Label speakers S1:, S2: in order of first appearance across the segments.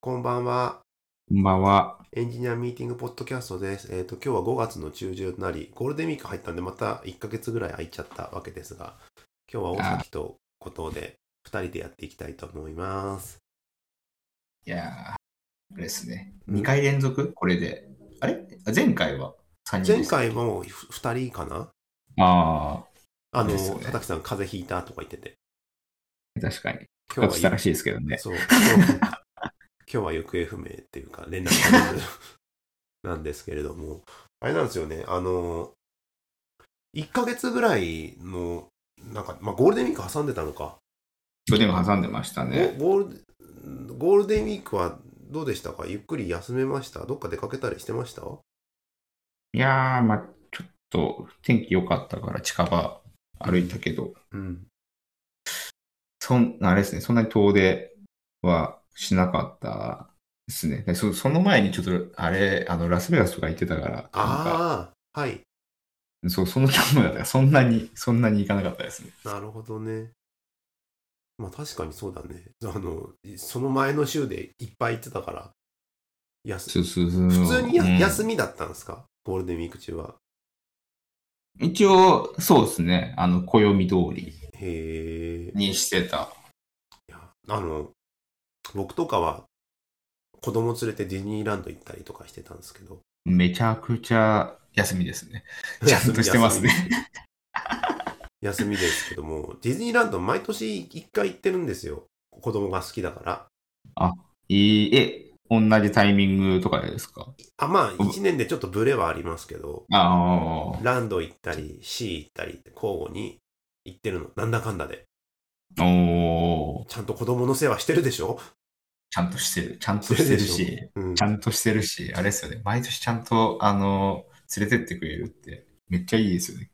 S1: こんばんは。
S2: こんばんは。
S1: エンジニアミーティングポッドキャストです。えっ、と、今日は5月の中旬となり、ゴールデンウィーク入ったんで、また1ヶ月ぐらい空いちゃったわけですが、今日は大崎と後藤で2人でやっていきたいと思います。
S2: いやー、あれですね。2回連続これで。あれあ前回は3人で
S1: 前
S2: した
S1: 回も2人かな
S2: あ
S1: あの、
S2: ですよね
S1: 畑さん風邪ひいたとか言ってて。
S2: あ、確かに。
S1: 今
S2: 復活し
S1: 日
S2: た
S1: は
S2: らしいですけどね。
S1: そう。 今日は行方不明っていうか、連絡が取れず なんですけれども、あれなんですよね、あの、1ヶ月ぐらいの、なんか、まあ、ゴールデンウィーク挟んでたのか。
S2: 今日でも挟んでましたね。
S1: ゴゴールデンゴールデンウィークはどうでしたかゆっくり休めましたどっか出かけたりしてました
S2: いやー、まあちょっと天気良かったから近場歩いたけど、
S1: うん。
S2: そん、あれですね、そんなに遠出はしなかったですね。でそその前にちょっと、あれ、あの、ラスベガスとか行ってたから、なんか、
S1: ああ、はい。
S2: そう、その直後だったから、そんなに、そんなに行かなかったですね。
S1: なるほどね。まあ確かにそうだね。あの、その前の週でいっぱい行ってたから、休
S2: 普通
S1: 普通にや、休
S2: み
S1: みだったんですかゴールデンウィーク中は。
S2: 一応、そうですね。あの、暦通り
S1: へえ。
S2: にしてた。
S1: いやあの、僕とかは子供連れてディズニーランド行ったりとかしてたんですけど。
S2: めちゃくちゃ休みですね。 ちゃんとしてますね
S1: 休み。休みですけども、ディズニーランド毎年一回行ってるんですよ。子供が好きだから。
S2: いいえ、同じタイミングとかですか
S1: あ、まあ、一年でちょっとブレはありますけど、
S2: あ
S1: ランド行ったり、シー行ったり、交互に行ってるの。なんだかんだで。
S2: あ、おー
S1: ちゃんと子供の世話してるでしょ
S2: ちゃんとしてる。ちゃんとしてるし、
S1: うん
S2: ち。ゃんとしてるし、あれですよね。毎年ちゃんと、あの、連れてってくれるって、めっちゃいいですよね。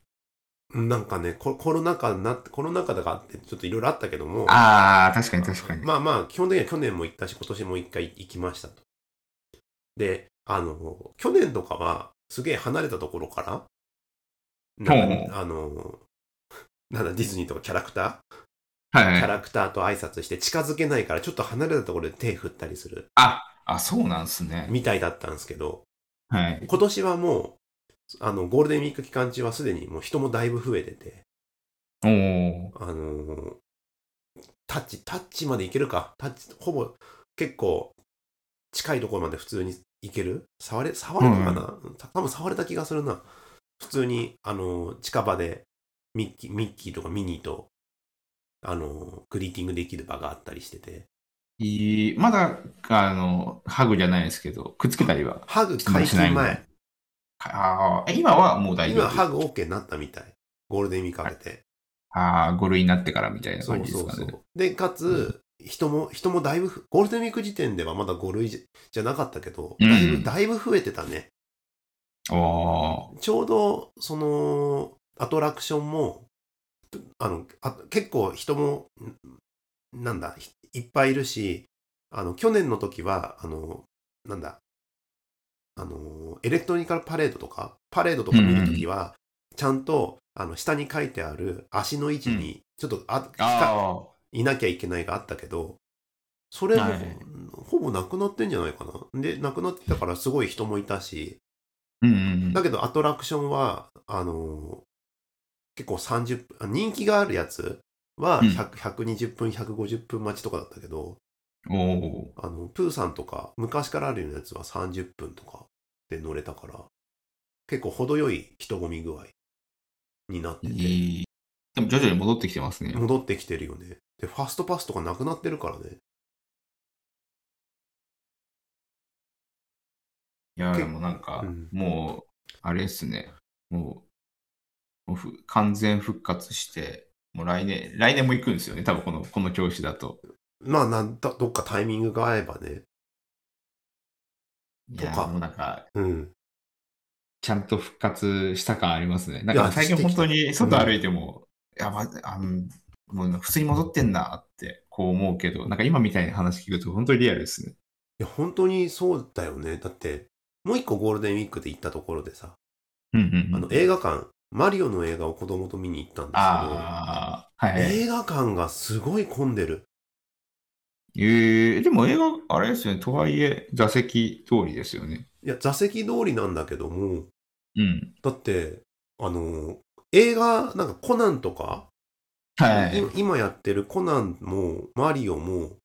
S1: なんかね、ココロナ禍になって、コロナ禍だからってちょっといろいろあったけども、
S2: ああ、確かに確かに。
S1: まあまあ、基本的には去年も行ったし、今年も一回行きましたと。で、あの、去年とかは、すげえ離れたところから、な
S2: ほ
S1: ん
S2: う
S1: かあの、 なんだ、ディズニーとかキャラクター、
S2: は
S1: キャ
S2: い。
S1: ラクターと挨拶して近づけないから、ちょっと離れたところで手振ったりする、
S2: あ、そうなんすね。
S1: みたいだったんですけど、
S2: はい。
S1: 今年はもう、あの、ゴールデンウィーク期間中はすでにもう人もだいぶ増えてて、
S2: おー。
S1: あのータッチ、タッチまでいけるか。タッチ、ほぼ、結構、近いところまで普通にいける触れ、触れたかな、た多分触れた気がするな。普通に、あのー近場で、ミッキー、ミッキーとかミニーと、あのーグリーティングできる場があったりしてて、
S2: いいまだ、あの、ハグじゃないですけど、くっつけたりは。
S1: ハグ解禁
S2: しない
S1: 前
S2: ね、ああ、え今はもう大丈
S1: 今
S2: 夫。
S1: ハグ OK になったみたい。ゴールデンウィーク明けて。
S2: ああ、5類になってからみたいな
S1: そ
S2: 感
S1: う
S2: じです
S1: そ
S2: か
S1: う
S2: ね。
S1: そう。で、かつ、人も、人もだいぶふ、ゴールデンウィーク時点ではまだ5類じじゃなかったけど、
S2: うん
S1: だいぶ、だいぶ増えてたね。
S2: おー
S1: ちょうど、その、アトラクションも、あの、あ結構人も、んなんだ、ひいっぱいいるし、あの、去年の時は、あの、なんだ、あの、エレクトニカルパレードとか、パレードとか見るときは、ちゃんと、あの、下に書いてある足の位置に、ちょっとあ、
S2: ああ。
S1: いなきゃいけないがあったけど、それも、
S2: はい
S1: ほぼなくなってんじゃないかな。で、なくなってたからすごい人もいたし、
S2: うんうん
S1: だけどアトラクションは、あの結構30分、あ人気があるやつは
S2: うん
S1: 100 120分、150分待ちとかだったけど、
S2: うん。おー
S1: あの、プーさんとか昔からあるようなやつは30分とかで乗れたから、結構程よい人混み具合になってて、
S2: いい。でも徐々に戻ってきてますね。
S1: 戻ってきてるよね。で、ファストパスとかなくなってるからね。
S2: いや、
S1: け
S2: でもなんか
S1: うん、
S2: もう、あれですね。もう、もうふ完全復活して、もう来年、来年も行くんですよね。多分この、この調子だと。
S1: まあなんだ、どっかタイミングが合えばね。
S2: いや
S1: とか
S2: ー、もうなんか、
S1: うん。
S2: ちゃんと復活した感ありますね。なん
S1: い
S2: か
S1: や
S2: 最近
S1: してきた
S2: 本当に外歩いても、いや、まあの、もう普通に戻ってんなってこう思うけど、なんか今みたいな話聞くと本当にリアルですね。
S1: いや、本当にそうだよね。だって、もう一個ゴールデンウィークで行ったところでさ、
S2: うんうん
S1: あ
S2: うん。
S1: の映画館、マリオの映画を子供と見に行ったんです
S2: ああ、は
S1: けど、
S2: い。
S1: 映画館がすごい混んでる。
S2: ええでも映画、あれですよね。とはいえ、座席通りですよね。
S1: いや、座席通りなんだけども、
S2: うん。
S1: だって、あの、映画、なんかコナンとか、
S2: はい。
S1: い今やってるコナンも、マリオも、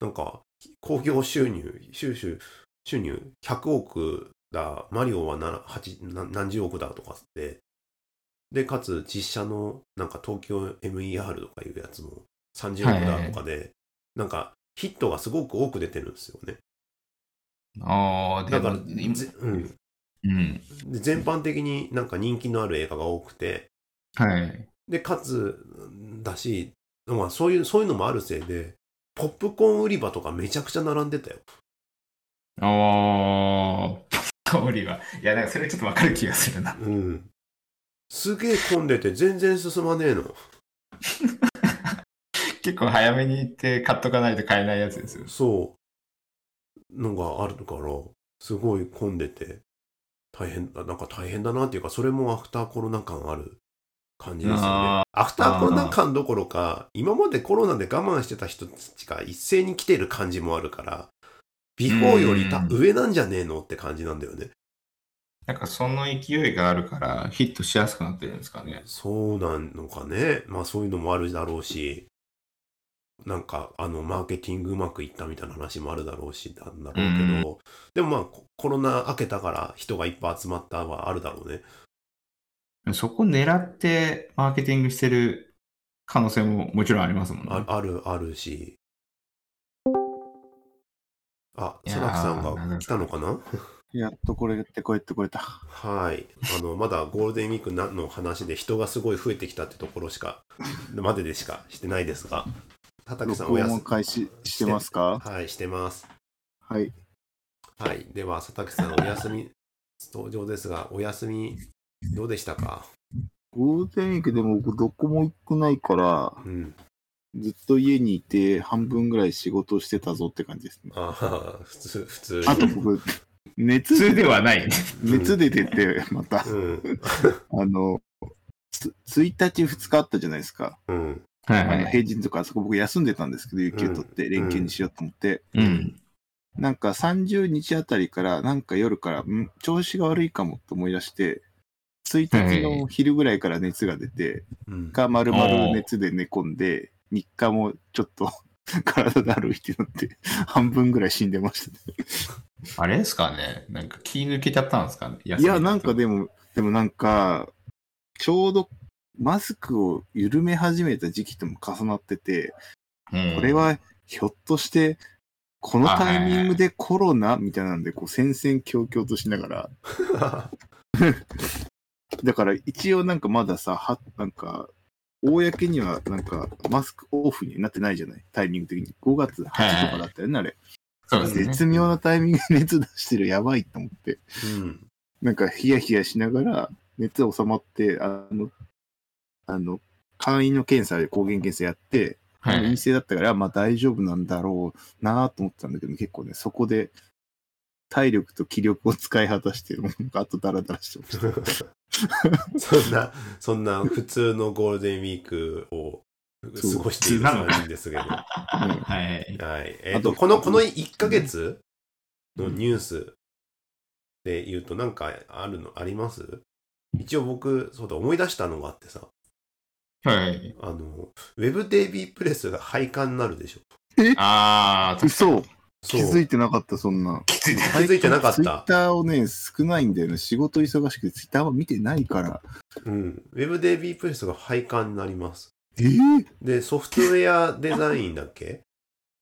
S1: なんか、興行収入、収集、収入100億だ、マリオはな八な何十億だとかっつって、で、かつ実写の、なんか東京 MER とかいうやつも30億だとかで、なんかヒットがすごく多く出てるんですよね。
S2: ああ、で
S1: だから、
S2: も、今
S1: ぜうん、
S2: うん。
S1: で全般的になんか人気のある映画が多くて、
S2: はい。
S1: で、かつ、だし、まあそういう、そういうのもあるせいで、ポップコーン売り場とかめちゃくちゃ並んでたよ。
S2: ああ、通りは。いや、なんかそれちょっとわかる気がするな。
S1: うん。すげえ混んでて全然進まねえの。
S2: 結構早めに行って買っとかないと買えないやつですよ。
S1: そう。のがあるから、すごい混んでて、大変だ、なんか大変だなっていうか、それもアフターコロナ感ある感じですよね
S2: あ。
S1: アフターコロナ感どころか、今までコロナで我慢してた人たちが一斉に来てる感じもあるから、ビフォーよりた
S2: うん
S1: 上なんじゃねえのって感じなんだよね。
S2: なんかその勢いがあるからヒットしやすくなってるんですかね。
S1: そうなのかね。まあそういうのもあるだろうし、なんかあのマーケティングうまくいったみたいな話もあるだろうし、なんだろうけど、でもまあココロナ明けたから人がいっぱい集まったはあるだろうね。
S2: そこ狙ってマーケティングしてる可能性ももちろんありますもんね。
S1: あある、あるし。あ、
S2: いやー
S1: サラキさんが来たのかな
S3: やっとこれやってこいってこいた。
S1: はい。あの、まだゴールデンウィークなの話で人がすごい増えてきたってところしか、まででしかしてないですが、畑さん
S3: 録
S1: おや
S3: 音を
S1: す
S3: 開始してますか
S1: はい、してます。
S3: はい。
S1: はい。では、佐竹さん、お休み、 登場ですが、お休み、どうでしたか
S3: ゴールデンウィークでも僕どこも行くないから、
S1: うん。
S3: ずっと家にいて半分ぐらい仕事してたぞって感じですね。
S1: ああ、普通、普通。
S3: あと僕、熱
S2: 普通では ない。
S3: 熱出てて、また、
S1: うん。
S3: あの、つ1日2日あったじゃないですか。
S1: うん。
S2: はい
S3: あの
S2: はい。
S3: 平日とか、あそこ僕休んでたんですけど、有給取って連休にしようと思って、
S2: うん。
S3: なんか30日あたりから、なんか夜から、ん調子が悪いかもって思い出して、1日の昼ぐらいから熱が出て、
S1: うん。
S3: が丸々熱で寝込んで、3日もちょっと 体だるいってなって、半分ぐらい死んでましたね。
S2: あれですかねなんか気抜けちゃったんですかね
S3: いや、なんか
S2: で。
S3: でも、でもなんか、ちょうどマスクを緩め始めた時期とも重なってて、
S2: うん
S3: これはひょっとして、このタイミングでコロナみたいなんで、こう戦々恐々としながら、だから一応なんかまださ、は、なんか、公にはなんかマスクオフになってないじゃないタイミング的に。5月8とかだったよね、あれ。
S2: そうですね
S3: 絶妙なタイミングで熱出してる、やばいと思って。
S1: うん。
S3: なんかヒヤヒヤしながら、熱収まって、あの、あの、簡易の検査で抗原検査やって、
S2: はい
S3: 陰性だったから、まあ大丈夫なんだろうなと思ってたんだけど、結構ね、そこで体力と気力を使い果たして、もうなんかあとダラダラしてま した。
S1: そんな、そんな普通のゴールデンウィークを過ごしている感じですけど。は
S3: うん
S2: はい。
S1: い。えっ、
S3: あ
S1: と、
S3: と
S1: この、この1ヶ月のニュースで言うと、なんかあるの、あります一応僕、そうだ、思い出したのがあってさ。
S2: はい。
S1: あの、ウェブデイビープレスが廃刊になるでしょ。
S2: あー、
S3: 嘘
S1: そ
S3: 気
S1: う。
S3: づいてなかった、そんな。
S2: きつい
S1: 気づいてなかった
S3: ツイッターをね、少ないんだよね。仕事忙しくて、ツイッターは見てないから。
S1: うん。ウェブデイビープレスが廃刊になります。
S3: えぇ、
S1: で、ソフトウェアデザインだっけ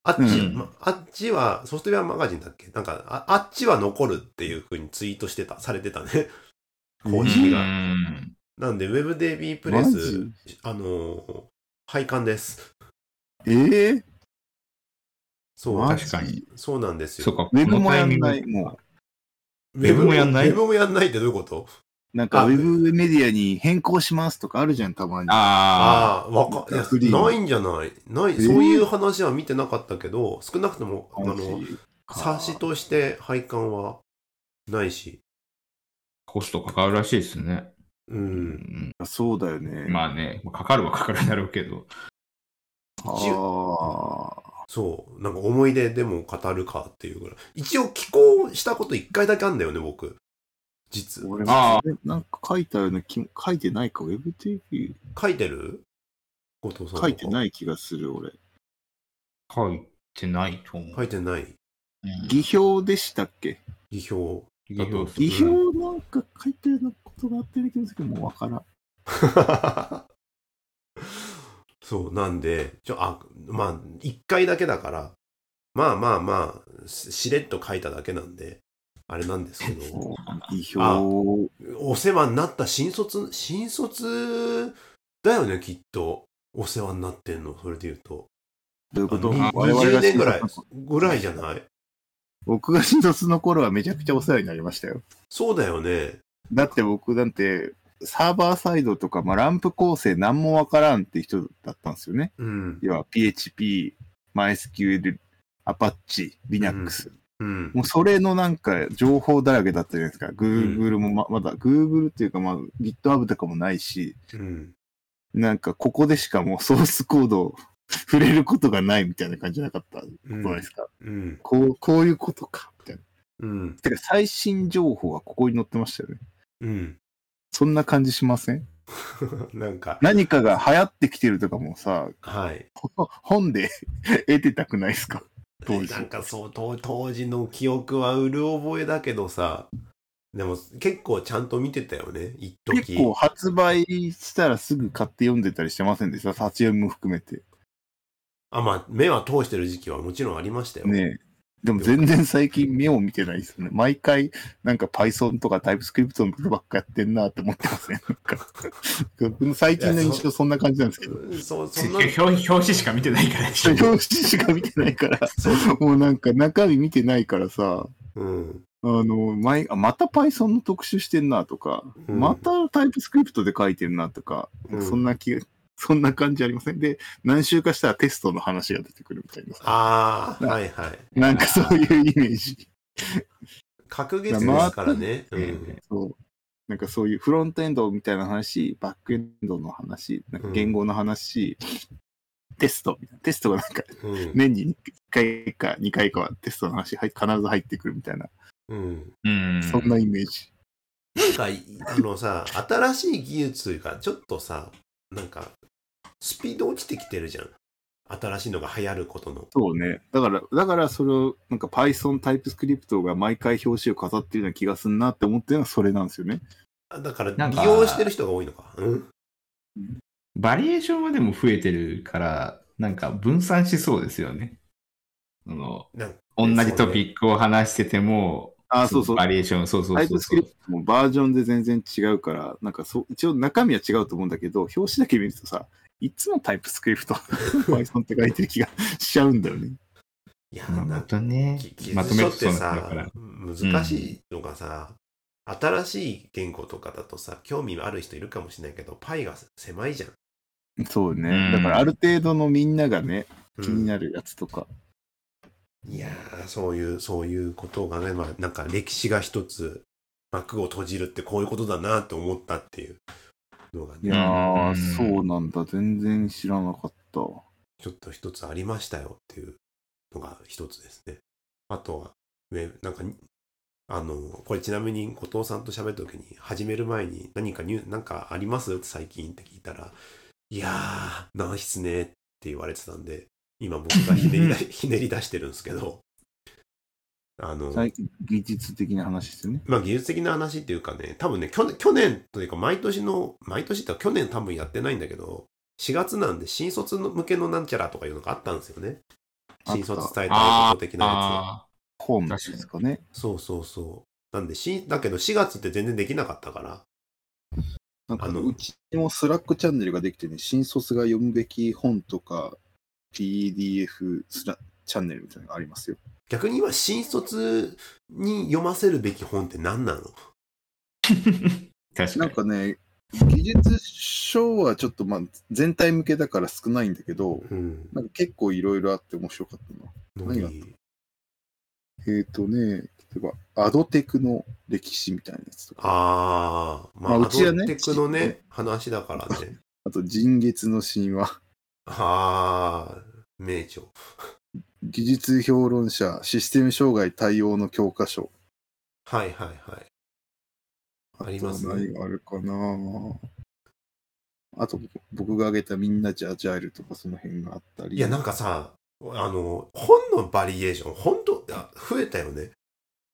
S1: あっち、
S3: うん
S1: まあっちは、ソフトウェアマガジンだっけなんかあ、あっちは残るっていう風にツイートしてた、されてたね。公式
S2: う
S1: が。
S2: ん
S1: なんで、ウェブデイビープレス
S3: マ、
S1: あのー廃刊です。
S3: えぇ、
S1: そう
S2: マ。
S3: マジ
S2: 確かに
S1: そうなんです
S2: そ
S1: よ
S2: う。か、
S3: ウェブもやん
S2: このタ
S3: な
S2: イミン
S3: い。も
S1: ウ
S2: ェブもやんない
S1: ウェブもやんないってどういうこと
S3: う、なんか
S1: あ
S3: ウェブメディアに変更しますとかあるじゃん、たまに。
S2: グ。
S1: あ
S2: あ
S1: あ、わか、いや
S3: フリーの
S1: ないんじゃないない、
S3: えー
S1: そういう話は見てなかったけど、少なくとも、あの、冊子
S3: と。
S1: として配管はないし。
S2: ー、コストかかるらしいですね。
S1: う。
S2: うんん。
S3: そうだよね。
S2: まあね、かかるはかかるだろうけど。
S3: あー
S1: そう、なんか思い出でも語るかっていうぐらい。一応寄稿したこと一回だけあんだよね、僕。実。
S3: 俺
S2: あ
S3: もなんか書いたような気も、書いてないか、ウェブ TV
S1: 書いてる後藤さん。
S3: 書いて
S1: い。
S3: ない気がする、俺。
S2: 書いてないと思う。
S1: 書いてない。
S2: うん
S3: 技表でしたっけ
S1: 意表。
S2: 技表する
S3: 技表なんか書いたようなことがあったような気もするけど、もうわからん。
S1: そう、なんで、ちょ、あ、まあ、一回だけだから、まあまあまあ、ししれっと書いただけなんで、あれなんですけ ど、
S3: 技表、
S1: お世話になった新卒、新卒だよね、きっと。お世話になってんの、それで言うと。
S3: どういうこと
S1: あの
S3: 我々
S1: 20
S3: が
S1: 年
S3: 新
S1: ぐらい
S3: 卒の、
S1: ぐらいじゃない
S3: 僕が新卒の頃はめちゃくちゃお世話になりましたよ。
S1: そうだよね。
S3: だって僕なんて、サーバーサイドとか、まあ、ランプ構成何もわからんって人だったんですよね。
S1: うん。
S3: 要は PHP、MySQL、Apache、Linux。
S1: うん。
S3: もうそれのなんか情報だらけだったじゃないですか。Google もままだ、Google っていうかまあ GitHub とかもないし、
S1: うん。
S3: なんかここでしかもうソースコードを触れることがないみたいな感じじゃなかったじ
S1: う
S3: ゃ
S1: ん
S3: ないですか。
S1: うん。
S3: こう、こういうことか。みたいな。
S1: うん。
S3: てか最新情報がここに載ってましたよね。
S1: うん。
S3: そんな感じしません
S1: なんか、
S3: 何かが流行ってきてるとかもさ、
S1: はい。
S3: ほ本で 得てたくないですか当時
S1: なんかそう当、当時の記憶はうる覚えだけどさ、でも結構ちゃんと見てたよね、一時
S3: 結構発売したらすぐ買って読んでたりしてませんでした立ち読みも含めて。
S1: あ、まあ、目は通してる時期はもちろんありましたよ。
S3: ねえ。でも全然最近目を見てないですよね。毎回なんか Python とか TypeScript のことばっかやってんなって思ってません、なんか僕の最近の印象そんな感じなんですけど。
S1: そう、そんな、
S2: 表表紙しか見てないからでしょ
S3: 表紙しか見てないから、もうなんか中身見てないからさ、
S1: うん。
S3: あの、前、あ、また Python の特集してんなとか、
S1: うん
S3: またタイプスクリプトで書いてるなとか、
S1: うん
S3: そんな気、そんな感じありませんで、何週かしたらテストの話が出てくるみたいな。
S1: ああ、はいはい。
S3: なんかそういうイメージ。
S1: 隔月ですからね。うん。
S3: そう。なんかそういうフロントエンドみたいな話、バックエンドの話、なんか言語の話、テストみたいな。テストがなんか
S1: うん。
S3: 年に1回か2回かはテストの話入っ必ず入ってくるみたいな、
S1: うん。
S2: うん。
S3: そんなイメージ。
S1: なんか、いあのさ、新しい技術がちょっとさ、なんか、スピード落ちてきてるじゃん。新しいのが流行ることの。
S3: そうね。だから、だからそれを、なんか Python、TypeScript が毎回表紙を飾ってるような気がすんなって思ってるのはそれなんですよね。
S1: あだから、
S2: なんか
S1: 利用してる人が多いのか。うん。
S2: バリエーションはでも増えてるから、なんか分散しそうですよね。あの
S1: なんか
S2: 同じトピックを話してても、
S3: あ、そうそう。
S2: バリエーション、そうそうそうそう。
S3: TypeScript もバージョンで全然違うから、なんかそう、一応中身は違うと思うんだけど、表紙だけ見るとさ、いつも TypeScript、Python って書いてる気がしちゃうんだよね。
S1: いや、
S2: ま
S1: な
S2: あま
S1: んか
S2: とね
S1: き、
S2: ま
S1: 技
S2: と
S1: 術書っ
S2: めるとそ
S1: て
S2: うなるか
S1: さ
S2: ら。、
S1: 難しいのがさ、新しい言語とかだとさ、興味ある人いるかもしれないけど、パイが狭いじゃん。
S3: そう
S2: う
S3: ね
S2: ん。
S3: だからある程度のみんながね、
S1: うん
S3: 気になるやつとか。
S1: いやー、そういう、そういうことがね、まあ、なんか歴史が一つ、幕を閉じるってこういうことだなって思ったっていうのが
S3: い
S1: ね、
S3: やー、
S2: うん
S3: そうなんだ。全然知らなかった。
S1: ちょっと一つありましたよっていうのが一つですね。あとは、ね、なんかに、あの、これちなみに後藤さんと喋るときに、始める前に何かニュー、なんかありますって最近って聞いたら、いやー、なんすねって言われてたんで、今僕がひねりだ ひねり出してるんですけど、あの、
S3: 最近技術的な話ですよね。
S1: まあ技術的な話っていうかね、多分ね、去年、去年というか毎年の、毎年っていうか去年多分やってないんだけど、4月なんで新卒の向けのなんちゃらとかいうのがあったんですよね。
S3: あった
S1: 新卒伝えたい
S2: あ
S1: こと的なや
S2: あ
S3: ホームですかね。
S1: つ。そうそうそう。なんで、し、だけど4月って全然できなかったから。
S3: なんか
S1: あの
S3: うちもスラックチャンネルができてね、新卒が読むべき本とか、PDF スラチャンネルみたいなのがありますよ。
S1: 逆に今、新卒に読ませるべき本って何なの
S2: ー確か
S3: なん
S2: に。
S3: かね、技術書はちょっとまあ全体向けだから少ないんだけど、
S1: うん。
S3: なんか結構いろいろあって面白かったな。
S1: のに
S3: 何がえっ、ー、とね、例えばアドテクの歴史みたいなやつとか、
S1: あー、まあ、
S3: まあ
S1: ア
S3: う
S1: ド
S3: ちはね
S1: テクのね、話だからね。
S3: あと人月の神話、
S1: あー、名著。
S3: 技術評論者、システム障害対応の教科書。
S1: はいはいはい。ありますね
S3: あとは何があるかなあと、僕が挙げたみんなじゃアジャイルとかその辺があったり。
S1: いや、なんかさ、あの、本のバリエーション、本当あ増えたよね。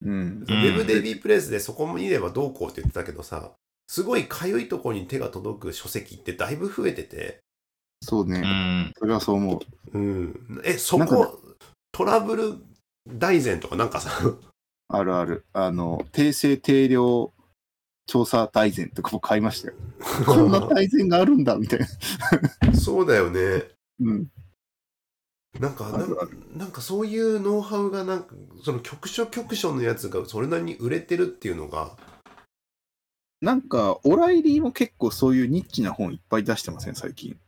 S3: う
S1: ウ
S3: ん。
S2: うん
S1: ェブデビープレイスでそこも見ればどうこうって言ってたけどさ、すごいかゆいとこに手が届く書籍ってだいぶ増えてて、
S3: そう
S2: う
S3: ね。
S2: ん。
S3: それはそう思う。
S1: うん。え、そ
S3: なんかね
S1: こ、トラブル大全とかなんかさ、
S3: あるある。あの、訂正定量調査大全とかも買いました よ。こんな大全があるんだ、みたいな。
S1: そうだよね。
S3: うん。
S1: なんか、なん
S3: あるあ
S1: かなんかそういうノウハウが、なんか、その局所局所のやつがそれなりに売れてるっていうのが、
S3: なんか、オライリーも結構そういうニッチな本いっぱい出してません、最近。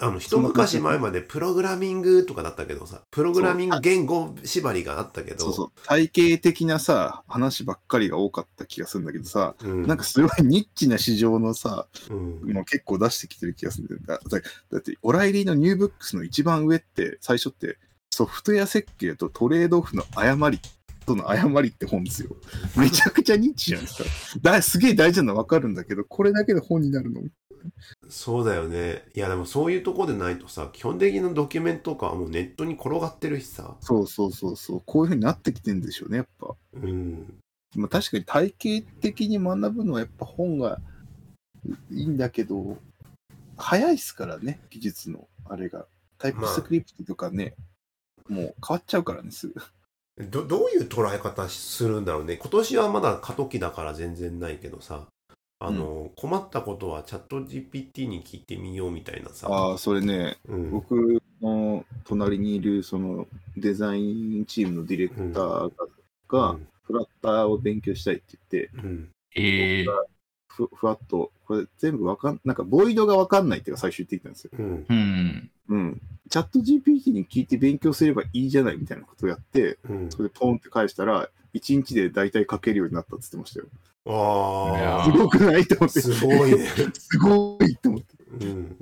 S1: あの、一昔前までプログラミングとかだったけどさ、プログラミング言語縛りがあったけど、
S3: そうそう。体系的なさ、話ばっかりが多かった気がするんだけどさ、
S1: うん
S3: なんかそれはニッチな市場のさ、
S1: うん
S3: もう結構出してきてる気がするんだよ。だだだって、オライリーのニューブックスの一番上って、最初って、ソフトウェア設計とトレードオフの誤りとの誤りって本ですよ。めちゃくちゃニッチじゃないですか。だすげえ大事なの分かるんだけど、これだけで本になるの。
S1: そうだよね。いや、でもそういうとこでないとさ、基本的なドキュメントとかはもうネットに転がってるしさ、
S3: そうそうそうそう。こういうふうになってきてるんでしょうね、やっぱ。
S1: うん。
S3: まあ、確かに体系的に学ぶのはやっぱ本がいいんだけど、早いっすからね、技術のあれが。タイプスクリプトとかね、もう変わっちゃうからね、すぐ。
S1: ど、どういう捉え方するんだろうね。今年はまだ過渡期だから全然ないけどさ、あの、困ったことはチャット GPT に聞いてみようみたいなさ、
S3: ああ、それね、
S1: うん、
S3: 僕の隣にいるそのデザインチームのディレクターが、
S1: うん
S3: フラッターを勉強したいって言って、
S1: うん、
S2: ええ。
S3: ふふわっと、これ全部わかん、なんかボイドがわかんないっていうか最終的なんですよ。
S1: うん、
S2: うん。
S3: うん。チャット GPT に聞いて勉強すればいいじゃないみたいなことをやって、
S1: うん。
S3: それでポンって返したら、1日で大体書けるようになったって言ってました
S2: い
S3: よ。
S1: あ
S2: や
S1: あ
S3: す、ごくないと思って。
S1: すごいね。
S3: すごいと思って。
S1: うん。い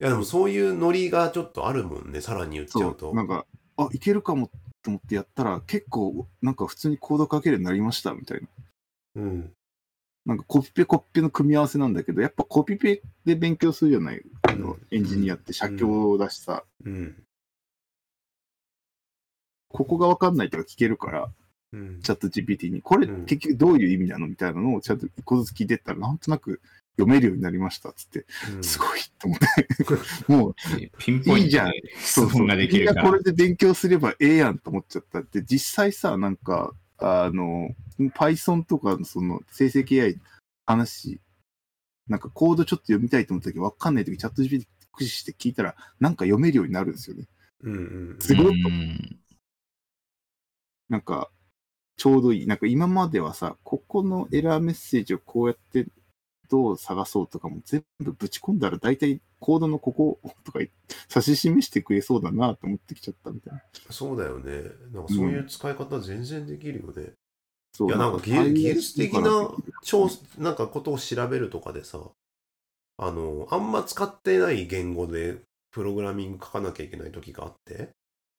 S1: や、でもそういうノリがちょっとあるもんね、さらに言っちゃ
S3: そう
S1: と
S3: う。。なんか、あ、いけるかもと思ってやったら、結構、なんか普通にコード書けるようになりましたみたいな。
S1: うん。
S3: なんかコピペコピペの組み合わせなんだけど、やっぱコピペで勉強するじゃない、あのエンジニアって写経だしさ、
S1: うん。
S3: ここがわかんないとか聞けるから、
S1: うん。
S3: チャット GPT に、これ
S1: うん
S3: 結局どういう意味なのみたいなのをちゃんと一個ずつ聞いてったら、なんとなく読めるようになりましたっつって、
S1: うん
S3: すごいと思って、もう、
S2: ピンポイ
S3: い
S2: ン
S3: い
S2: ト
S3: じゃん
S2: で質問ができるか
S3: みんな
S2: ら
S3: こ。れで勉強すればええやんと思っちゃったって、実際さ、なんか、あの、Python とかのその生成 AI 話、なんかコードちょっと読みたいと思った時わかんない時チャット GPT 駆使して聞いたら、なんか読めるようになるんですよね。
S1: うんうん。
S3: すごい
S2: うん
S3: なんか、ちょうどいい。なんか今まではさ、ここのエラーメッセージをこうやってどう探そうとかも全部ぶち込んだら大体コードのこことか言って指し示してくれそうだなと思ってきちゃったみたいな。
S1: そうだよね。なんかそういう使い方全然できるよね。
S3: そう
S1: いや、なんか技術技術的
S3: なん
S1: な
S3: か
S1: 調査、なんかことを調べるとかでさ、あの、あんま使ってない言語でプログラミング書かなきゃいけない時があって、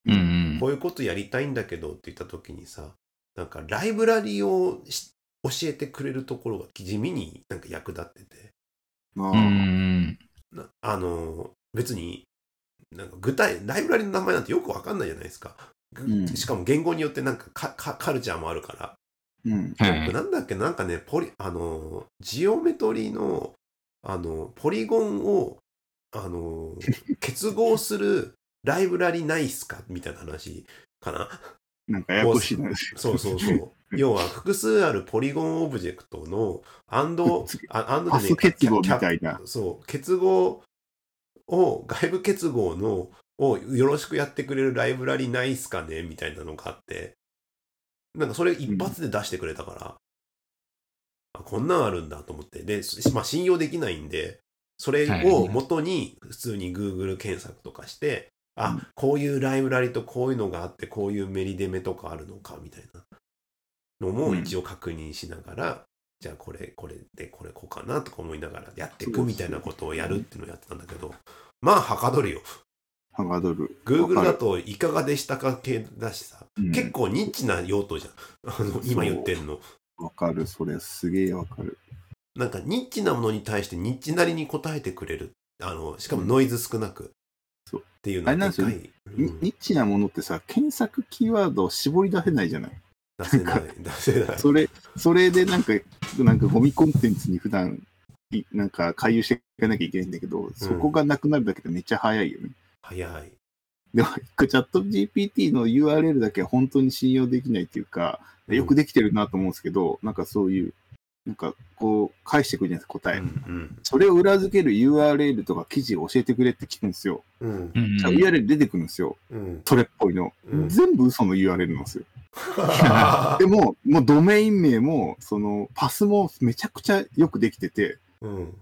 S2: うんうん
S1: こういうことやりたいんだけどって言った時にさ、なんかライブラリをし教えてくれるところが地味になんか役立ってて、
S3: あ
S2: う
S3: ー
S2: ん
S1: なあの、別に、なんか具体、ライブラリの名前なんてよくわかんないじゃないですか。ぐ
S3: うん
S1: しかも言語によってなんかかかカルチャーもあるから、
S3: うん。
S2: はい。
S1: なんだっけなんかね、ポリ、あの、ジオメトリの、あの、ポリゴンを、あの、結合するライブラリないっすかみたいな話かな。
S3: なんかややこしいな。
S1: そうそう そう。要は、複数あるポリゴンオブジェクトの、アンド、あアンド
S3: パ
S1: で
S3: ス
S1: ね
S3: 結合み
S1: キャ
S3: たいな。
S1: そう、結合を、外部結合の、をよろしくやってくれるライブラリないっすかねみたいなのがあって、なんかそれ一発で出してくれたから、あこんなんあるんだと思って、で、しまあ信用できないんで、それを元に普通に Google 検索とかして、
S3: う
S1: あ、こういうライブラリとこういうのがあって、こういうメリデメとかあるのか、みたいなのも一応確認しながら、じゃあこれこれでこれこうかなとか思いながらやっていくみたいなことをやるっていうのをやってたんだけどまあはかどるよ
S3: はがどる。
S1: Google
S3: わか
S1: だ
S3: る
S1: といかがでしたか系だしさ、
S2: うん
S1: 結構ニッチな用途じゃん。あの、今言ってんの。
S3: わかる、それすげえわかる。
S1: なんかニッチなものに対してニッチなりに答えてくれる。あの、しかもノイズ少なく。
S3: そう
S1: っていうのは
S3: あれなん
S1: で
S3: です
S1: か
S3: よ
S1: い。
S3: ねに
S1: うん
S3: ニッチなものってさ、検索キーワードを絞り出せないじゃない。
S1: 出せない。出せない。
S3: それ、それでなんか、なんかゴミコンテンツに普段、いなんか回遊していかなきゃいけないんだけど、そこがなくなるだけでめっちゃ早いよね。
S1: 早い。
S3: でも、チャット GPT の URL だけは本当に信用できないっていうか、よくできてるなと思うんですけど、なんかそういう、なんかこう、返してくるじゃないですか、答え。
S1: うん
S3: それを裏付ける URL とか記事を教えてくれって聞くんですよ。
S1: うん。うん。
S2: うん
S3: じゃあ URL 出てくるんですよ。
S1: うん。
S3: それっぽいの。
S1: うん
S3: 全部嘘の URL なんですよ。でも、もうドメイン名も、その、パスもめちゃくちゃよくできてて、
S1: うん。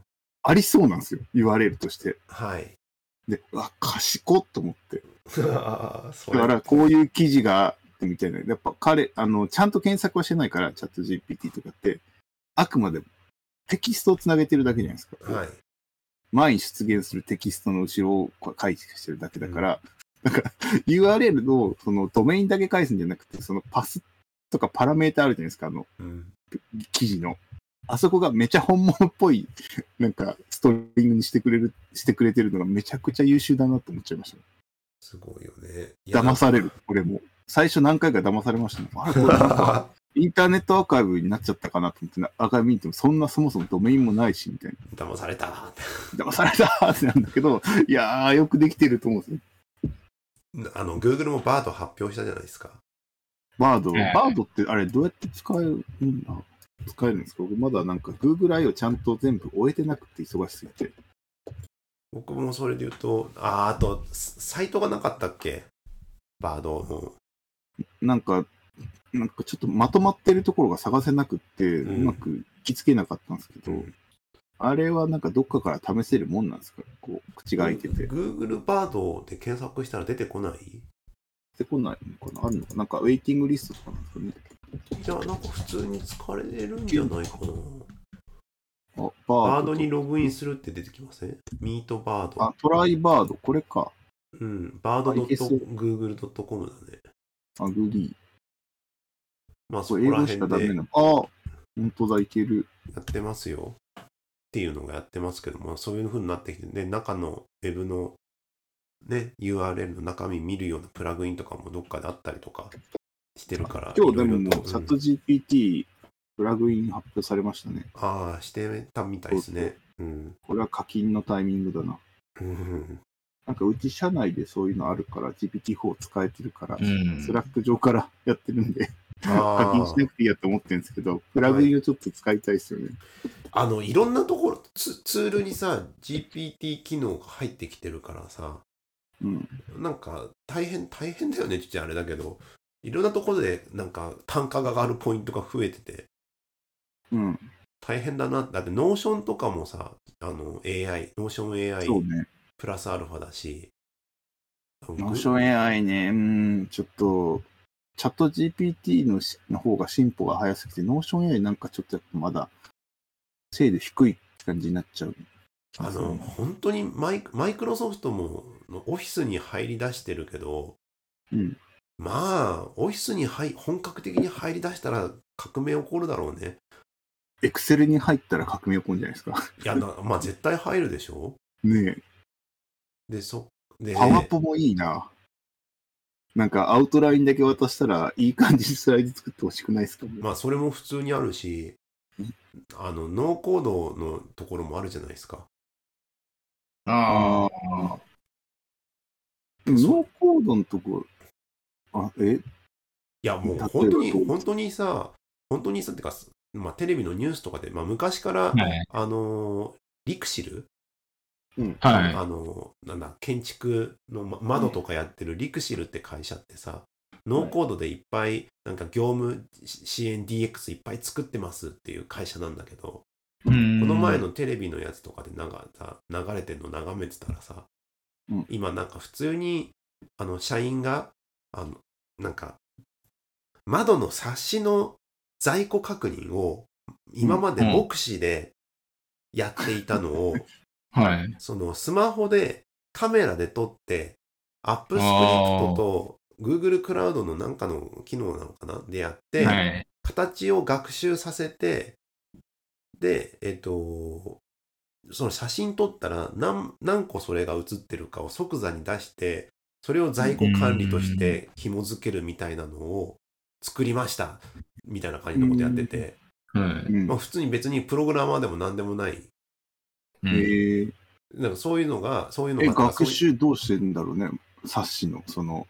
S3: ありそうなんですよ。URL として。
S1: はい。
S3: で、うわ、賢っと思って。
S1: そ
S3: だか
S1: れ。
S3: ら、こういう記事があってみたいな。やっぱ彼、あの、ちゃんと検索はしてないから、チャット GPT とかって、あくまでテキストをつなげてるだけじゃないですか。
S1: はい。
S3: 前に出現するテキストの後ろをこう解析してるだけだから、なんか URL のそのドメインだけ返すんじゃなくて、そのパスとかパラメータあるじゃないですか、あの
S1: うん。
S3: 記事の。あそこがめちゃ本物っぽい、 なんかストリングにしてくれる、してくれてるのがめちゃくちゃ優秀だなと思っちゃいまし
S1: すごいよね。い
S3: た。
S1: や
S3: 騙される、俺も。最初何回か騙されましたね。あれこれなんかインターネットアーカイブになっちゃったかなと思ってな、アーカイブ見てもそんなそもそもドメインもないし、みたいな。
S1: 騙された。
S3: 騙されたーってなんだけど、いやー、よくできてると思うんですよ
S1: あの、Google もバード発表したじゃないですか。
S3: バード、
S2: ええ
S3: バードってあれどうやって使えるんだ使えるんですか僕まだなんか Google I をちゃんと全部終えてなくて忙しすぎて。
S1: 僕もそれで言うと、あーあと、サイトがなかったっけバードも。
S3: なんか、なんかちょっとまとまってるところが探せなくって、うんまく行きつけなかったんですけど、あれはなんかどっかから試せるもんなんですかこう、口が開いてて。出
S1: Google バードで検索したら出てこない
S3: てこないのかなあるのかなんかウェイティングリストとかなんですかね。
S1: いや、なんか普通に疲れるんじゃないかな。
S3: あ、バード。
S1: バードにログインするって出てきませんミートバード
S3: あ。、トライバード、これか。
S1: うん、バード .google.com だね。
S3: あ、グリー。
S1: まあそ
S3: こ
S1: こ
S3: れ英
S1: ら
S3: 語しかダ
S1: 辺
S3: メ
S1: で
S3: なの。あー、本当だ、いける。
S1: やってますよっていうのがやってますけども、そういう風になってきて、で、中のウェブのね、URL の中身見るようなプラグインとかもどっかであったりとかしてるから、
S3: 今日
S1: い
S3: で
S1: ろいろ
S3: も、
S1: と
S3: チャッ
S1: う
S3: ト
S1: ん
S3: GPT プラグイン発表されましたね。
S1: ああ、してたみたいですね。 うん。
S3: これは課金のタイミングだな。
S1: うん
S3: なんかうち社内でそういうのあるから GPT-4 使えてるから、
S2: うん
S3: スラック上からやってるんで、課金
S1: あ
S3: し
S1: ー
S3: なくていいやと思ってるんですけど、プラグインをちょっと使いたいですよね。
S1: あの、いろんなところ、ツツールにさ、GPT 機能が入ってきてるからさ、
S3: うん。
S1: なんか大変、大変だよね、ちょっとあれだけど、いろんなところでなんか単価が上がるポイントが増えてて、
S3: うん。
S1: 大変だな。だって、ノーションとかもさ、あの、AI、ノーショ
S3: そ
S1: ン
S3: う
S1: AI
S3: ね。
S1: プラスアルファだし、
S3: ノーション AI ね、うん、ちょっと、チャット GPT のしの方が進歩が早すぎて、ノーション AI なんかちょっとやっぱまだ、精度低い感じになっちゃう。
S1: あの、本当にマイクマイクロソフトも、のオフィスに入り出してるけど、
S3: うん。
S1: まあ、オフィスに入、本格的に入り出したら革命起こるだろうね。
S3: エクセルに入ったら革命起こるんじゃないです か。
S1: いや、なまあ絶対入るでしょ
S3: ね
S1: で、そ、で
S3: え、、パワポもいいな。なんか、アウトラインだけ渡したら、いい感じにスライド作ってほしくないですか、
S1: まあそれも普通にあるし、あの、ノーコードのところもあるじゃないですか。
S2: ああ。
S3: でもノーコードのとこ、あ、え、
S1: いやもう
S3: 例えば
S1: 本当に、
S3: どう
S1: 本当にさ、本当にさ、ってか、まあ、テレビのニュースとかで、まあ、昔から、
S2: はい。
S1: あのーリクシル、
S2: は
S1: あのーなんだ、建築の、ま窓とかやってるリクシルって会社ってさ、ノーコードでいっぱい、なんか業務支援 DX いっぱい作ってますっていう会社なんだけど、
S2: い。うん
S1: この前。のテレビのやつとかでなんかさ流れてるの眺めてたらさ、
S3: うん
S1: 今なんか普通にあの社員があのなんか窓の冊子の在庫確認を今まで
S2: うん
S1: 目視で やっていたのを、
S2: はい。
S1: そのスマホでカメラで撮ってアップスクリプトと Google クラウドのなんかの機能なのかなでやって、
S2: はい。
S1: 形を学習させて、で、えっ、と、その写真撮ったら何何個それが写ってるかを即座に出して、それを在庫管理として紐付けるみたいなのを作りました、みたいな感じのことやってて、
S2: はい。
S3: うん
S1: まあ普通に別にプログラマーでも何でもない、
S2: うん
S3: えー
S1: なんかそういうのが、そういうの
S3: え、
S1: が、そ
S3: 学
S1: ういう
S3: 習どうしてんだろうね、冊子の、その、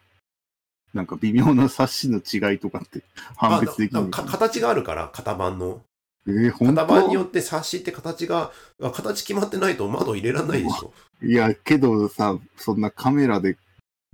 S3: なんか微妙な冊子の違いとかって判別でき
S1: あな
S3: るの
S1: んか
S3: か
S1: か
S3: な
S1: 形があるから、型番の。
S3: えー、本
S1: 型番によ
S3: 当
S1: って冊子って形が、あ形決まってないと窓入れられないでしょ。
S3: いや、けどさ、そんなカメラで、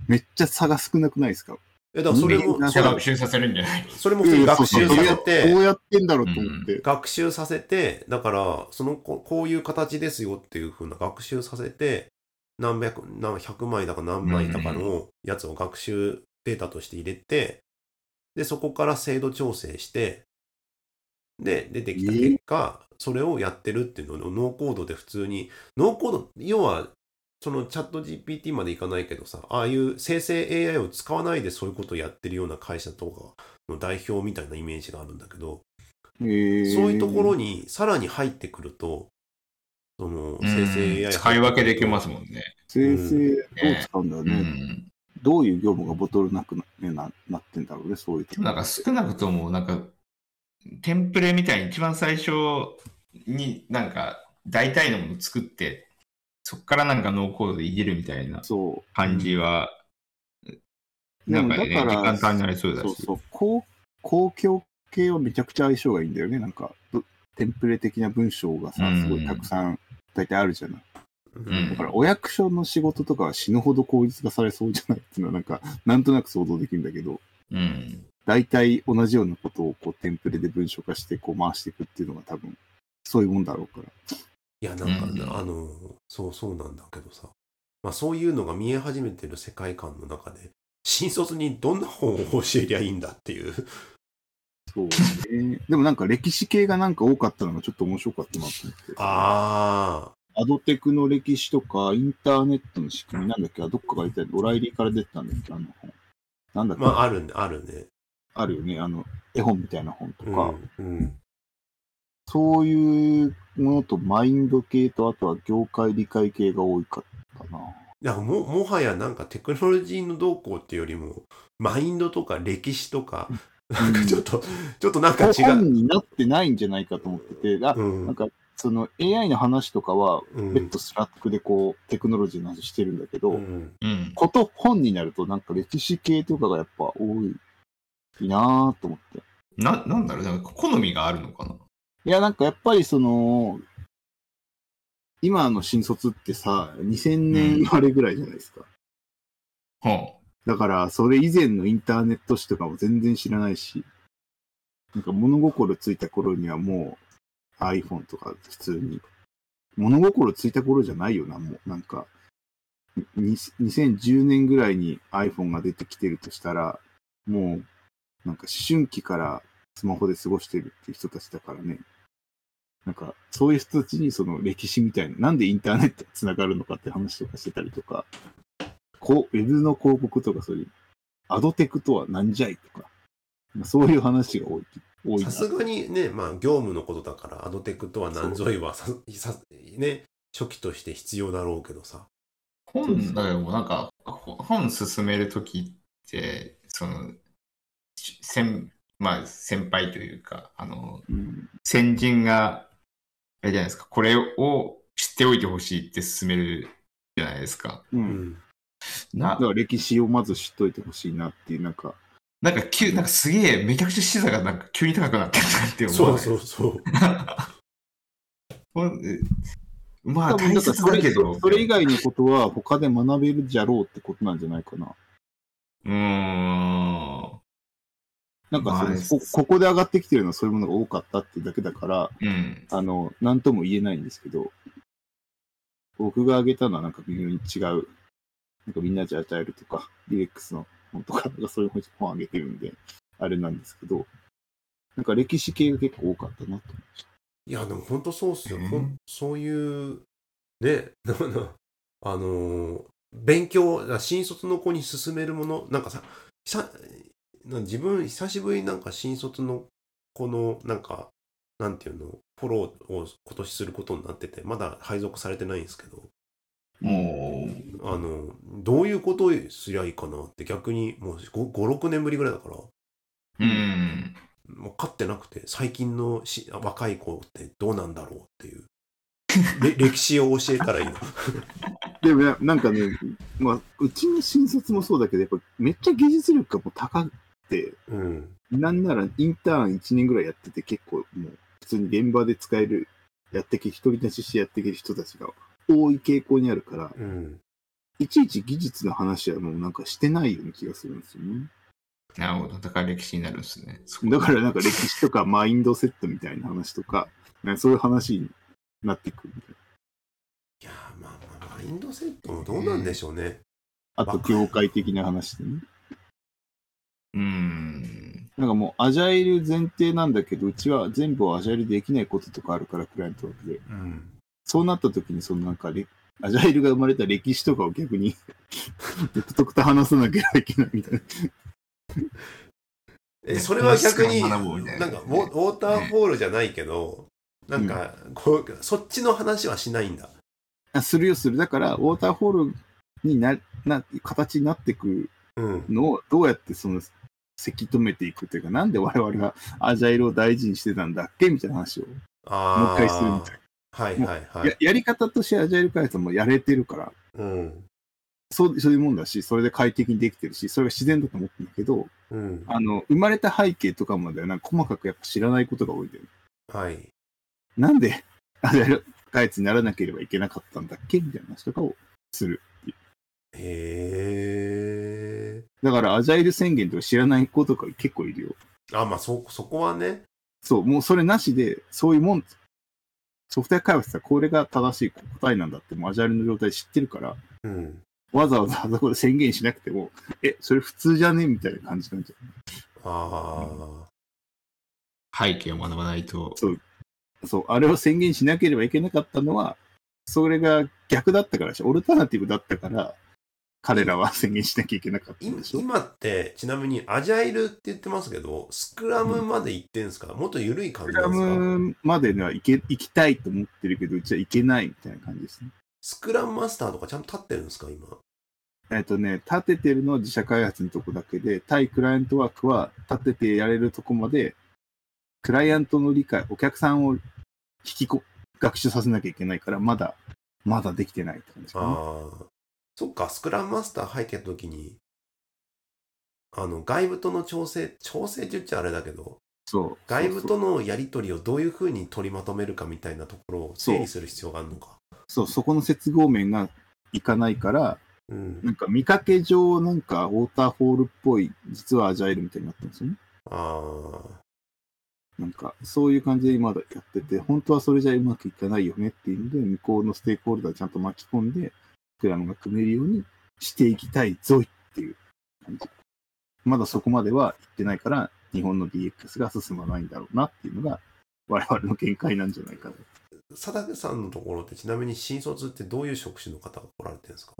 S3: めっちゃ差が少なくないですか
S1: え、だからそれ
S3: 人間
S1: も、
S3: が
S1: それも
S2: 学習させるんじゃない
S1: それも普通に学習さ
S3: いやい
S1: せ
S3: やそうそうど
S1: て、
S3: うやってんだろうと思って。
S1: 学習させて、だから、そのこ、こういう形ですよっていう風な学習させて、何百、何百枚だか何枚だかのやつを学習データとして入れて、で、そこから精度調整して、で、出てきた結果、それをやってるっていうのをノーコードで普通に、ノーコード、要は、そのチャット GPT までいかないけどさ、ああいう生成 AI を使わないでそういうことをやってるような会社とかの代表みたいなイメージがあるんだけど、そ
S3: そう
S1: うい
S3: いう
S1: ところにさらに入ってくると、その生成
S2: うん
S1: AI
S2: 使い分けできますもんね。
S3: 生成どう使うんだろう
S2: う
S3: ね、
S2: ん。
S3: どういう業務がボトルなくな,、ね、ななってんだろうね、そういうと
S2: でもなんか少なくとも、なんか、テンプレみたいに一番最初になんか、大体のもの作って、そっからなんかノーコードでいじるみたいな
S3: そ
S2: 感じは、
S3: う。
S2: なんかね、
S3: でも
S2: 時間単になりそうだ
S3: そう
S2: し。
S3: そう公。公共系はめちゃくちゃ相性がいいんだよね。なんか、ぶテンプレ的な文章がさ
S2: う、ん
S3: すごいたくさん、大体あるじゃな
S1: うん
S3: い。
S2: うん
S3: だから、お役所の仕事とかは死ぬほど効率化されそうじゃないっていうのは、なんか、なんとなく想像できるんだけど、
S2: うん。
S3: 大体同じようなことを、こう、テンプレで文章化して、こう、回していくっていうのが多分、そういうもんだろうから。
S1: いや、なんかね、
S2: うん
S1: あの、そうそうなんだけどさ、まあそういうのが見え始めてる世界観の中で、新卒にどんな本を教えりゃいいんだっていう。
S3: そうね。でもなんか歴史系がなんか多かったのがちょっと面白かったなと思って。
S1: あ
S3: アドテクの歴史とか、インターネットの仕組みなんだっけあどっかが言ってたオライリーから出てたんだっけあの本。なん
S1: あ、
S3: だっけ、
S1: まああるね、あるね。
S3: あ、るよね。あの、絵本みたいな本と
S1: う
S3: か、
S1: ん。うん、
S3: そういうものとマインド系と、あとは業界理解系が多かったな。
S1: だからも、もはやなんかテクノロジーの動向っていうよりも、マインドとか歴史とか、なん かちょっと、ちょっとなんか違う。
S3: 本になってないんじゃないかと思ってて、あ、
S1: うん
S3: なんか、その AI の話とかは、
S1: う
S3: 別
S1: ん。
S3: 途スラックでこう、テクノロジーの話してるんだけど、
S1: うん
S2: うん。
S3: こと本になると、なんか歴史系とかがやっぱ多いなぁと思って。
S2: な、なんだろう、なんか好みがあるのかな。
S3: いや、なんかやっぱりその、今の新卒ってさ、2000年生まれぐらいじゃないですか。
S2: は
S3: だから、それ以前のインターネット史とかも全然知らないし、なんか物心ついた頃にはもう iPhone とか普通に、物心ついた頃じゃないよな、もう。なんか、に2010年ぐらいに iPhone が出てきてるとしたら、もう、なんか思春期からスマホで過ごしてるっていう人たちだからね。なんか、そういう人たちにその歴史みたいな、なんでインターネットが繋がるのかって話とかしてたりとか、こう、ウェブの広告とかそういう、アドテクとは何じゃいとか、そういう話が多い。多いな
S1: さすがにね、まあ、業務のことだから、アドテクとは何ぞいはささ、ね、初期として必要だろうけどさ。
S2: あ。本、だけど、なんか、ほ本進めるときって、その、し先、まあ、先輩というか、あの、
S3: うん
S2: 先人が、あれじゃないですか、これを知っておいてほしいって進めるじゃないですか。
S3: う。
S1: うんん。
S2: な
S3: だか、ら歴史をまず知っといてほしいなっていう、なんか、
S2: なんか急、なんかすげえ、めちゃくちゃ視座がなんか急に高くなってるなって思う。
S1: そうそうそう。
S2: ほんえまあ、
S3: 多分
S2: 大
S3: だから
S2: 切
S3: そ
S2: だ
S3: れ
S2: けど。
S3: それ以外のことは他で学べるじゃろうってことなんじゃないかな。
S2: うーん。
S3: なんかその
S2: まあ
S3: こ、ここで上がってきてるのはそういうものが多かったってだけだから、
S2: うん。
S3: あの、なんとも言えないんですけど、僕が挙げたのはなんか微妙に違う、なんかみんなじゃ与えるとか、リレックスの本とか、なんかそういう本を挙げてるんで、あれなんですけど、なんか歴史系が結構多かったなと。
S1: いや、でも本当そうっすよ。
S2: うん
S1: ほんそういう、ね、なんかあのー勉強、だから新卒の子に勧めるもの、なんかさ、久なんか自分、久しぶりになんか新卒の子の、なんか、なんていうの、フォローを今年することになってて、まだ配属されてないんですけど、
S2: もう、
S1: あの、どういうことをすりゃいいかなって逆にもう5、6年ぶりぐらいだから、
S2: うん。
S1: もう勝ってなくて、最近のし若い子ってどうなんだろうっていう。れ歴史を教えたらいいの。
S3: でもねなんかね、まあ、うちの新卒もそうだけど、やっぱめっちゃ技術力がもう高くて、
S1: うん。
S3: なんならインターン1年ぐらいやってて結構もう普通に現場で使える、やってけ、独り立ちしてやってける人たちが多い傾向にあるから、
S1: うん。
S3: いちいち技術の話はもうなんかしてないような気がするんですよね。
S2: なるほど。だから歴史になるんですね。そこ
S3: だからなんか歴史とかマインドセットみたいな話とか、ねそういう話になってくるみたい
S1: いやーまあまあ、マインドセットもどうなんでしょうね。
S3: な。あと業界的な話でね。
S2: うん。
S3: なんかもうアジャイル前提なんだけど、うちは全部をアジャイルできないこととかあるから、クライアントワークで。
S1: うん。
S3: そうなった時に、そのなんかレ、アジャイルが生まれた歴史とかを逆に、 独特と話さなきゃいけないみたいな。
S1: え、それは逆に、
S2: ね
S1: なんかウォウォーターフォールじゃないけど、なんか、こう、そっちの話はしないんだ。
S3: あするよ、する。だから、ウォーターホールにな、な、形になってく
S1: うん。
S3: のをどうやってその、せき止めていくというか、なんで我々がアジャイルを大事にしてたんだっけみたいな話をもう
S1: ああ。
S3: 一回するみたい
S1: はいはいは
S3: な。や
S1: い。
S3: やり方としてアジャイル開発はもうやれてるから、
S1: うん。
S3: そう、そういうもんだし、それで快適にできてるし、それが自然だと思ってるけど、
S1: うん。
S3: あの、生まれた背景とかまではなんか細かくやっぱ知らないことが多いんだよね。
S1: はい。
S3: なんで、アジャイル開発にならなければいけなかったんだっけみたいな話とかをする。
S1: へえ。
S3: だから、アジャイル宣言とか知らない子とか結構いるよ。
S1: あ、まあ、そ、そこはね。
S3: そう、もうそれなしで、そういうもん、ソフトウェア開発はこれが正しい答えなんだって、もうアジャイルの状態知ってるから、
S1: うん。
S3: わざわざあそこで宣言しなくても、え、それ普通じゃねみたいな感じなんじゃない
S1: ああ。
S2: 背景を学ばないと。
S3: そう、あれを宣言しなければいけなかったのは、それが逆だったからでしょ、オルタナティブだったから、彼らは宣言しなきゃいけなかったん
S1: 今
S3: でしょ。
S1: 今って、ちなみに、アジャイルって言ってますけど、スクラムまで行ってんすか、もっと緩い感
S3: プ
S1: じな
S3: ラ
S1: んですか
S3: ムまでには行け行きたいと思ってるけど、うちは行けないみたいな感じですね。
S1: スクラムマスターとかちゃんと立ってるんですか今。
S3: えっとね、立ててるのは自社開発のとこだけで、対クライアントワークは立ててやれるとこまで、クライアントの理解、お客さんを引きこ、学習させなきゃいけないから、まだ、まだできてないって感じかな。
S1: ああ。そっか、スクラムマスター入ってた時に、あの、外部との調整、調整って言っちゃあれだけど、
S3: そう。
S1: 外部
S3: そう
S1: とのやり取りをどういうふうに取りまとめるかみたいなところを整理する必要があるのか。
S3: そう、そこの接合面がいかないから、
S1: うん。
S3: なんか見かけ上、なんかウォーターホールっぽい、実はアジャイルみたいになったんですよね。
S1: ああ。
S3: なんか、そういう感じで今だやってて、本当はそれじゃうまくいかないよねっていうので、向こうのステークホルダーちゃんと巻き込んで、クラムが組めるようにしていきたいぞいっていう感じ。まだそこまでは行ってないから、日本の DX が進まないんだろうなっていうのが、我々の見解なんじゃないかな。
S1: 佐竹さんのところってちなみに新卒ってどういう職種の方が来られてるんですか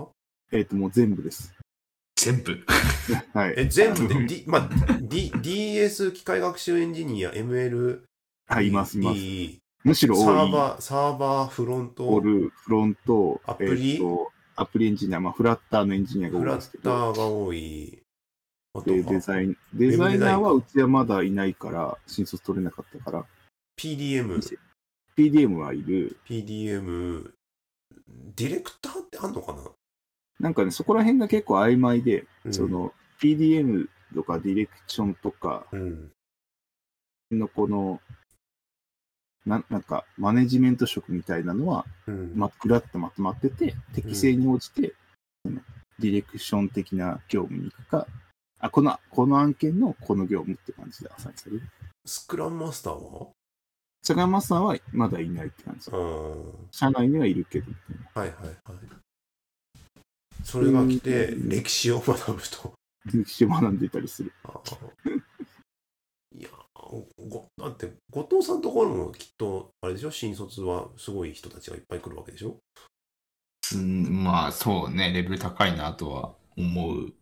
S3: えっ、と、もう全部です。
S2: 全部。
S3: はい。
S1: え全部で、D まあ D、DS 機械学習エンジニア ML
S3: はい、います、います。
S1: DE
S3: むし
S1: サ
S3: ろ多
S1: ー
S3: い。
S1: バーサーバーフロン
S3: オ
S1: ト
S3: ル、フロント、
S1: アプリ
S3: えーとアプリエンジニア、まあ、フラッターのエンジニアが多
S1: フ
S3: いん
S1: ラ
S3: ですけ
S1: ッタ。
S3: ど
S1: ーが多いあと
S3: で、デ
S1: は
S3: ザイン、デザイナーは
S1: ウェブデザイン
S3: うちはまだいないから、新卒取れなかったから、
S1: PDM
S3: 店 PDM はいる。
S1: PDM ディレクターってあんのかな、
S3: なんかね、そこら辺が結構曖昧で、
S1: うん
S3: その、PDM とかディレクションとか
S1: うん
S3: のこの、ななんか、マネジメント職みたいなのは、
S1: うん
S3: ま、ぐらっとまとまってて、適正に応じて、そのディレクション的な業務に行くか、あ、この、この案件のこの業務って感じでアサインされる。
S1: スクラムマスターは
S3: 坂山さんはまだいないって感じ
S1: う。ん
S3: 社内にはいるけど、
S1: はいはいはいそれが来て
S3: うん
S1: 歴史を学ぶと
S3: 歴史を学んでいたりする。
S1: あー いやーごだって後藤さんところもきっとあれでしょ新卒はすごい人たちがいっぱい来るわけでしょ
S2: すんまあそうね、レベル高いなとは思う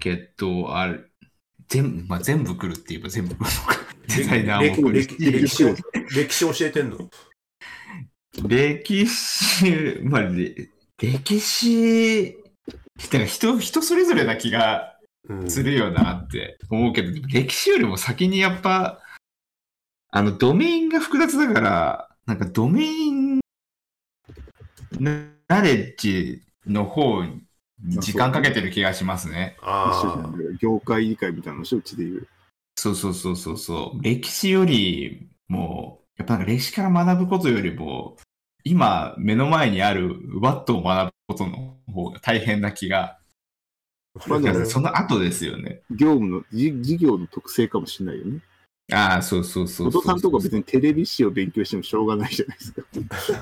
S2: けど、ある全,、まあ、全部来るって言えば全部来るのか。デザイナーも来るし
S1: 歴歴史を歴史教えてんの
S2: 歴史、まあ、れ歴史、だから人、人それぞれな気が
S1: うん
S2: するよなって思うけど、でも歴史よりも先にやっぱ、あの、ドメインが複雑だから、なんかドメイン、ナナレッジの方に時間かけてる気がしますね。
S3: 一緒じゃ
S1: あ
S3: ん業界理解みたいなのをうちで言う。
S2: そうそうそうそうそう。歴史よりも、やっぱなんか歴史から学ぶことよりも、今目の前にあるワットを学ぶことの方が大変な気が、
S1: あ。
S3: まあでも
S2: その後ですよね。
S3: 業務の、じ事業の特性かもしれないよね。
S2: ああ、そうそうそう
S3: お
S2: そ
S3: 父
S2: う。
S3: さんとか別にテレビ史を勉強してもしょうがないじゃないです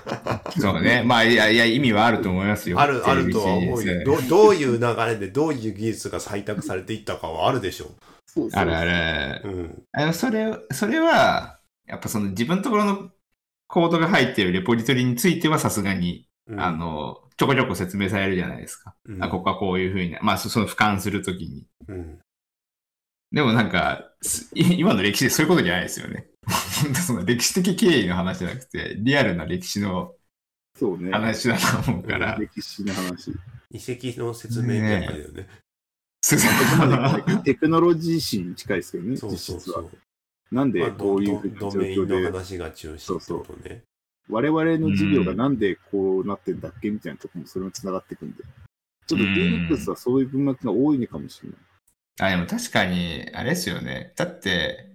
S3: か。
S2: そうね。まあ、いやいや、意味はあると思いますよ。
S1: ある、あるとは思う
S2: テレビシリーズ
S1: よ。
S2: ね
S1: どどういう流れでどういう技術が採択されていったかはあるでしょ
S3: そう
S2: あるある。
S1: う。うん。
S2: あのそれ、それは、やっぱその自分のところのコードが入っているレポジトリについてはさすがに、
S1: うん
S2: あ、の、ちょこちょこ説明されるじゃないですか。
S1: うん
S2: あ、ここはこういうふうに、まあ、そその俯瞰するときに。
S1: うん
S2: でもなんか、す い今の歴史でそういうことじゃないですよね。 本当その歴史的経緯の話じゃなくて、リアルな歴史の
S3: そうね。
S2: 話だと思うから。
S3: 歴史の話。
S1: 遺跡の説明みたいな感じだよね。
S2: そうそ
S3: まあ
S2: う
S3: でもテクノロジー史に近いですけどね、
S1: そうそう
S3: 実
S1: そ
S3: 質は
S1: う。。
S3: なんで
S1: まあ
S3: こういうふうな状
S1: ドドメインの
S3: 況で、
S1: 話が中心ってことね。
S3: 我々の事業がなんでこうなってんだっけみたいなところもそれも繋がってくんで。ちょっと
S2: うん
S3: DX はそういう文脈が多いのかもしれない。
S2: あ、でも確かに、あれですよね。だって、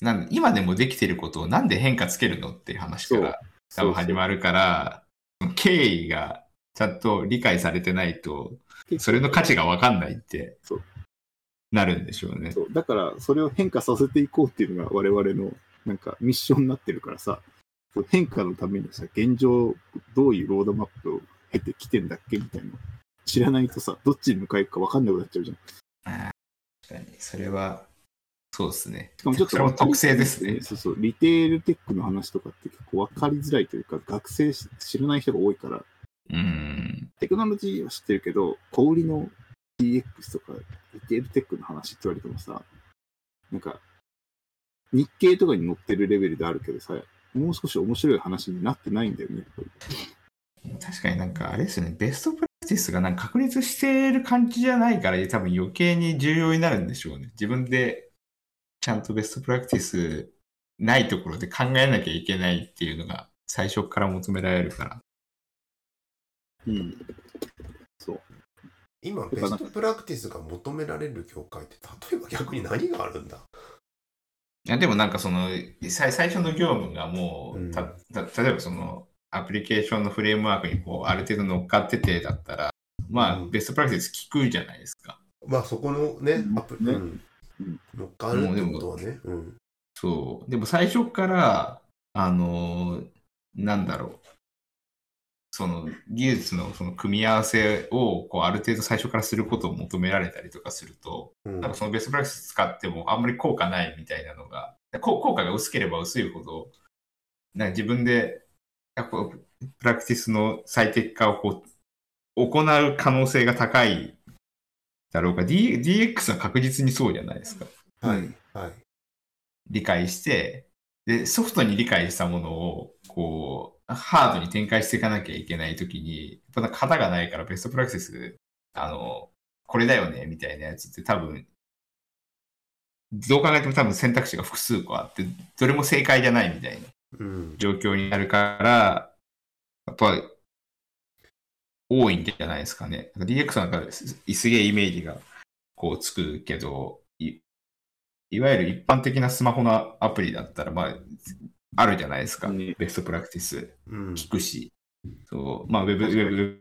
S2: なん今でもできてることをなんで変化つけるのっていう話から多
S3: そう
S2: 分始まるから、その経緯がちゃんと理解されてないと、それの価値がわかんないって
S3: そう
S2: なるんでしょうね。
S3: そうだからそれを変化させていこうっていうのが我々のなんかミッションになってるからさこう変化のためにさ現状どういうロードマップを経てきてんだっけみたいなの知らないとさどっちに向かいくか分かんなくなっちゃうじゃん
S2: 確かに、それは、そうですね。
S3: しかもちょっと
S2: それも特性ですね。
S3: そうそうリテールテックの話とかって結構分かりづらいというか学生し知らない人が多いから
S2: うん。
S3: テクノロジーは知ってるけど、小売りの DX とか、リテールテックの話って言われてもさ、なんか、日経とかに載ってるレベルであるけどさ、もう少し面白い話になってないんだよね。やっぱり
S2: 確かになんかあれですよね、ベストプラクティスがなんか確立してる感じじゃないから、多分余計に重要になるんでしょうね。自分でちゃんとベストプラクティスないところで考えなきゃいけないっていうのが最初から求められるから。
S3: うん。そう。
S1: 今、ベストプラクティスが求められる業界って、例えば逆に何があるんだ
S2: いやでもなんかその最最初の業務がもう、
S1: うん
S2: たた例えばそのアプリケーションのフレームワークにこうある程度乗っかっててだったら、まあ、
S1: うん
S2: ベストプラクティス聞くじゃないですか。
S1: まあそこのね、アプリ、
S3: ね
S1: うん
S3: うん
S1: 乗っかるってことはね。うん
S2: そう。でも最初から、あのーなんだろう。その技術のその組み合わせをこうある程度最初からすることを求められたりとかすると、
S1: うん
S2: なんかそのベストプラクティス使ってもあんまり効果ないみたいなのが、こう効果が薄ければ薄いほど、なんか自分であこうプラクティスの最適化をこう行う可能性が高いだろうか、D、DX は確実にそうじゃないですか。
S1: は
S3: うん
S1: い。はい。
S2: 理解して、で、ソフトに理解したものを、こう、ハードに展開していかなきゃいけないときに、やっぱ型がないからベストプラクティス、あの、これだよね、みたいなやつって多分、どう考えても多分選択肢が複数個あって、どれも正解じゃないみたいな
S1: うん。
S2: 状況になるから、やっぱ、多いんじゃないですかね。なんか DX なんかすすげえイメージがこうつくけど、いいわゆる一般的なスマホのアプリだったら、まあ、あるじゃないですか。
S3: ね
S2: ベストプラクティス
S1: うん。
S2: 聞くし。そう、まあ、ウェブ、ウェブ、ウェ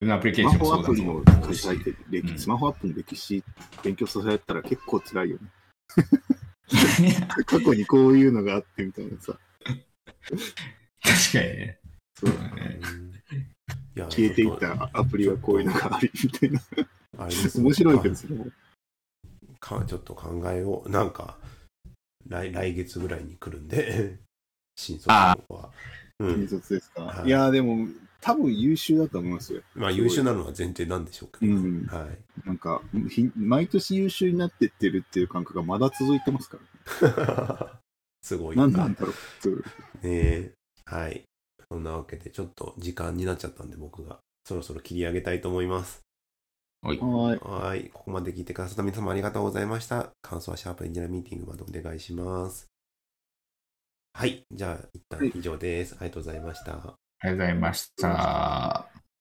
S2: ブのアプリケーションも
S3: スマホ
S2: そう
S3: ア
S2: だ
S3: プ
S2: と思
S3: リの
S2: うし
S3: 書いてる歴
S2: うん
S3: スマホアプリの歴史勉強させたら結構辛いよね。
S2: い や
S3: 過去にこういうのがあってみたいなさ。
S2: 確かにね。
S3: そう
S2: ね
S1: いや
S3: 消えていっ。たアプリはこういうのがありみたいな。
S1: あれです
S3: 面白いけど、それも。
S1: かちょっと考えを、なんか、来来月 ぐらいに来るんで、新卒の子は。う
S3: 新
S1: ん。
S3: 卒ですか。
S1: はい
S3: いやー、でも、多分優秀だと思いますよ。
S1: まあ優秀なのは前提なんでしょうけ
S3: う
S1: ど。
S3: ん。
S1: はい。
S3: なんか、ひ毎年優秀になってってるっていう感覚がまだ続いてますから、ね。
S1: すごい。
S3: 何なんだろう。そう
S1: ねえ。はい。そんなわけで、ちょっと時間になっちゃったんで、僕がそろそろ切り上げたいと思います。
S2: はい。
S3: はーい。
S1: はい。ここまで聞いてくださった皆様ありがとうございました。感想はシャープエンジニアミーティングまでお願いします。はい。じゃあ、一旦以上です。ありがとうございました。
S2: ありがとうございました。